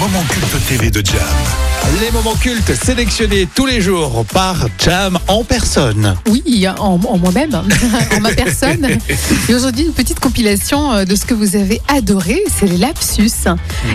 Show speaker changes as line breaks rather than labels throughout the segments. moments cultes TV de Jam.
Les moments cultes sélectionnés tous les jours par Jam en personne.
Oui, en, en moi-même, en ma personne. Et aujourd'hui, une petite compilation euh, de ce que vous avez adoré, c'est les lapsus.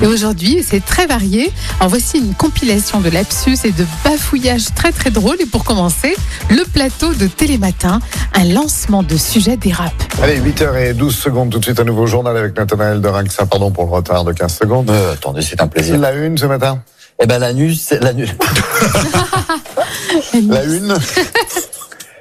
Et aujourd'hui, c'est très varié. Alors voici une compilation de lapsus et de bafouillages très très drôles. Et pour commencer, le plateau de Télématin, un lancement de sujet des rap.
Allez, 8h12 secondes, tout de suite un nouveau journal avec Nathanaël de Rinxin. Pardon pour le retard de 15 secondes.
Euh, attendez, c'est un plaisir.
La une ce matin
Eh ben l'anus, c'est l'anus.
La une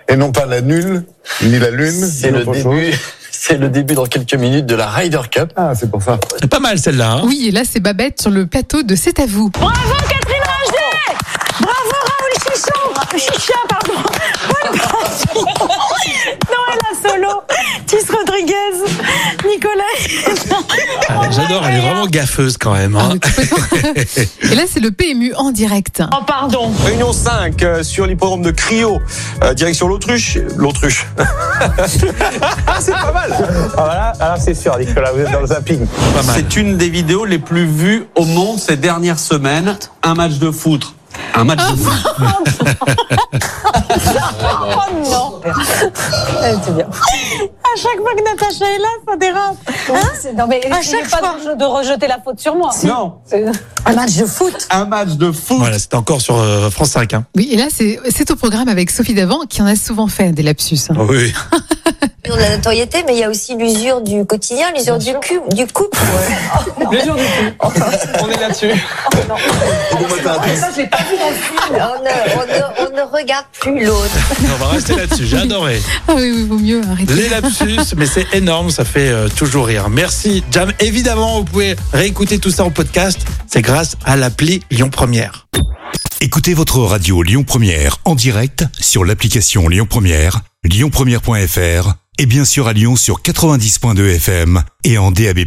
Et non pas la nulle, ni la lune,
C'est
ni
le
autre
début.
chose.
C'est le début dans quelques minutes de la Ryder Cup.
Ah, c'est pour ça.
C'est Pas mal celle-là. hein.
Oui, et là, c'est Babette sur le plateau de C'est à vous.
Bravo Catherine Ringer Bravo Raoul Chichon Chicha, pardon Bonne partie. Noëlla Solo Tis Rodriguez Nicolas
J'adore, elle est vraiment gaffeuse quand même.
Ah,
hein.
mais complètement. et là, c'est le PMU en direct.
Oh pardon
Réunion 5 euh, sur l'hippodrome de Crio, euh, direction l'Autruche. L'Autruche. ah, c'est pas mal.
Ah, là, c'est sûr, Nicolas, vous êtes dans le zapping.
Pas mal.
C'est une des vidéos les plus vues au monde ces dernières semaines. Un match de foot. Un match
Ah,
de foot.
Oh non À chaque fois que Natacha est là, ça dérape Hein
Non mais
À
essayez
chaque
pas
fois.
de, re- de rejeter la faute sur moi.
Non,
Un match de foot
un match de foot.
Voilà, c'était encore sur euh, France 5. hein.
Oui, et là, c'est c'est au programme avec Sophie Davant, qui en a souvent fait des lapsus. hein.
Ah.
Oui.
l'usure de la notoriété, mais il y a aussi l'usure du quotidien, l'usure du, cube, du couple.
Bon matin à tous.
Ça j'ai pas vu dans le
on, ne, on ne- on ne regarde plus l'autre.
On va rester là-dessus. J'ai adoré.
Ah oui, oui, vaut mieux arrêter.
Les lapsus, mais c'est énorme, ça fait euh, toujours rire. Merci Jam. Évidemment, vous pouvez réécouter tout ça en podcast. C'est grâce à l'appli Lyon Première.
Écoutez votre radio Lyon Première en direct sur l'application Lyon Première, lyonpremière.fr et bien sûr à Lyon sur 90.2 FM et en DAB+.